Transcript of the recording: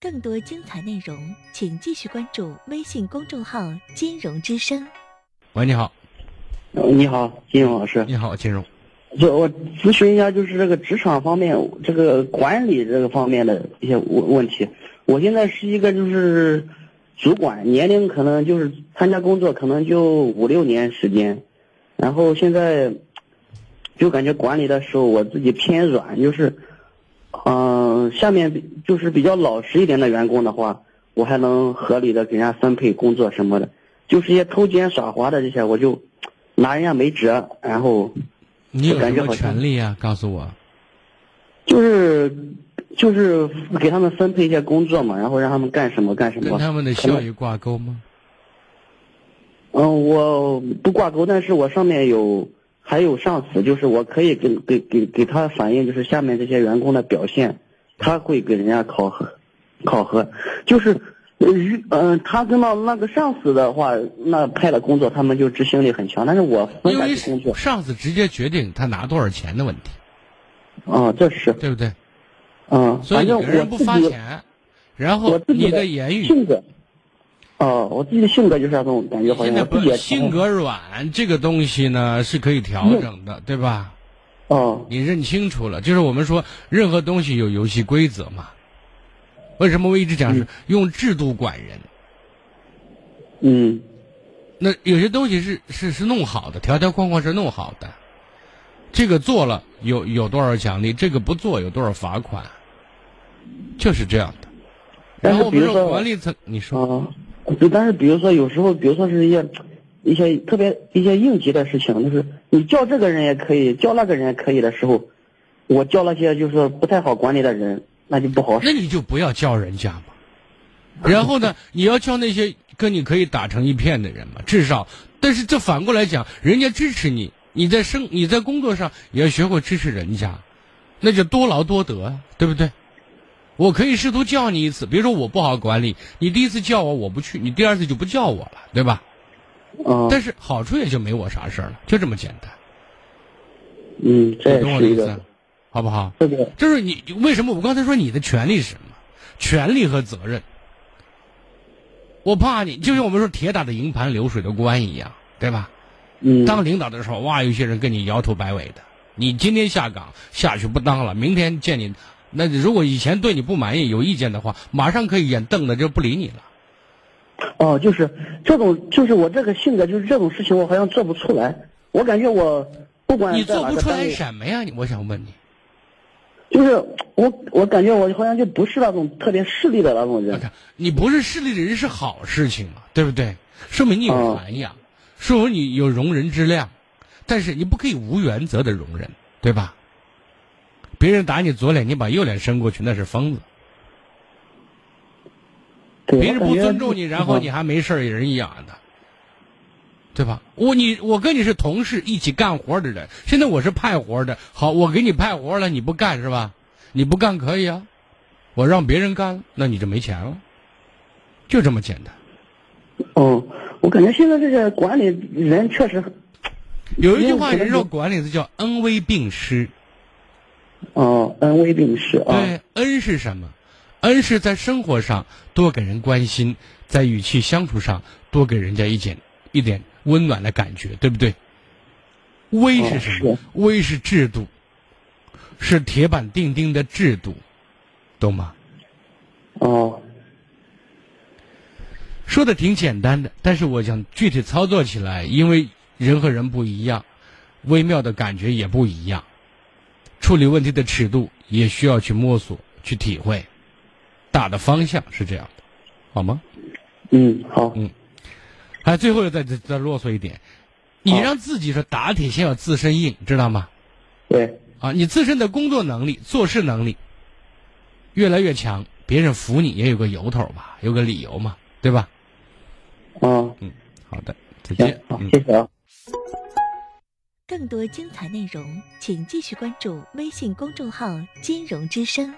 更多精彩内容，请继续关注微信公众号“金融之声喂，你好，呃你好，金勇老师，你好，金荣。就我咨询一下，就是这个职场方面，这个管理这个方面的一些问问题。我现在是一个就是主管，年龄可能就是参加工作可能就五六年时间，然后现在就感觉管理的时候我自己偏软，就是嗯、呃下面比就是比较老实一点的员工的话，我还能合理的给人家分配工作什么的，就是一些偷奸耍滑的这些，我就拿人家没辙，然后。你有我什感觉么好像权利啊？告诉我。就是就是给他们分配一些工作嘛，然后让他们干什么干什跟么。他们的效益挂钩吗？嗯，我不挂钩，但是我上面有还有上司，就是我可以给给给给他反映，就是下面这些员工的表现，他会给人家考核，考核就是。呃与嗯，他跟到那个上司的话，那派的工作他们就执行力很强，但是我分因下为去工作，上司直接决定他拿多少钱的问题，嗯，这是，对不对？嗯，所以反你正给人我不自发己钱，然我后自己你的言语，性格，哦，我自己的性格就是那种感觉，好现像在我不自己也性格软这个东西呢是可以调整的，对吧？哦，你认清楚了，就是我们说任何东西有游戏规则嘛。为什么我一直讲是用制度管人？嗯那有些东西是是是弄好的，条条框框是弄好的。这个做了有有多少奖励，这个不做有多少罚款，就是这样的。但然是后我们比如说说管理层，你说啊，就但是比如说有时候，比如说是一些一些特别一些应急的事情，就是你叫这个人也可以，叫那个人也可以的时候，我叫那些就是不太好管理的人，那就不好使那你就不要叫人家嘛。然后呢，你要叫那些跟你可以打成一片的人嘛，至少。但是这反过来讲，人家支持你，你在生你在工作上也要学会支持人家，那就多劳多得啊，对不对？我可以试图叫你一次，比如说我不好管理，你第一次叫我我不去，你第二次就不叫我了，对吧？啊。但是好处也就没我啥事儿了，就这么简单，嗯，这你懂也我的是一意思个啊，好不好？这个就是你为什么我刚才说你的权利是什么？权利和责任。我怕你，就像我们说铁打的营盘流水的官一样，对吧？嗯，当领导的时候，哇，有些人跟你摇头摆尾的。你今天下岗下去不当了，明天见你，那如果以前对你不满意、有意见的话，马上可以眼瞪着就不理你了。哦，就是这种，就是我这个性格，就是这种事情我好像做不出来，我感觉我不管你在做哪不个出单来位什么呀？你我想问你，就是我，我感觉我好像就不是那种特别势利的那种我人。看啊你不是势利的人是好事情嘛，对不对？说明你有嗯涵养，说明你有容人之量，但是你不可以无原则的容忍，对吧？别人打你左脸，你把右脸伸过去，那是疯子。对，别人不尊我重感你，觉然后你还没事儿有人养的，对吧？我你我跟你是同事，一起干活的人。现在我是派活的，好，我给你派活了，你不干是吧？你不干可以啊，我让别人干，那你就没钱了，就这么简单。哦，我感觉现在这个管理人确实，有一句话，人说管理的叫哎恩威并施。哦，恩威并施啊。对，恩是什么？恩是在生活上多给人关心，在语气相处上多给人家一点一点温暖的感觉，对不对？威是什么？哦威是制度，是铁板钉钉的制度，懂吗？哦，说的挺简单的，但是我想具体操作起来，因为人和人不一样，微妙的感觉也不一样，处理问题的尺度也需要去摸索、去体会。大的方向是这样的，好吗？嗯，好，哎，最后再再再啰嗦一点，你好让自己是打铁先要自身硬，知道吗？对，啊，你自身的工作能力、做事能力越来越强，别人服你也有个由头吧，有个理由嘛，对吧？哦，好的，再行见，。好嗯，。谢谢啊。”。更多精彩内容，请继续关注微信公众号“金融之声”。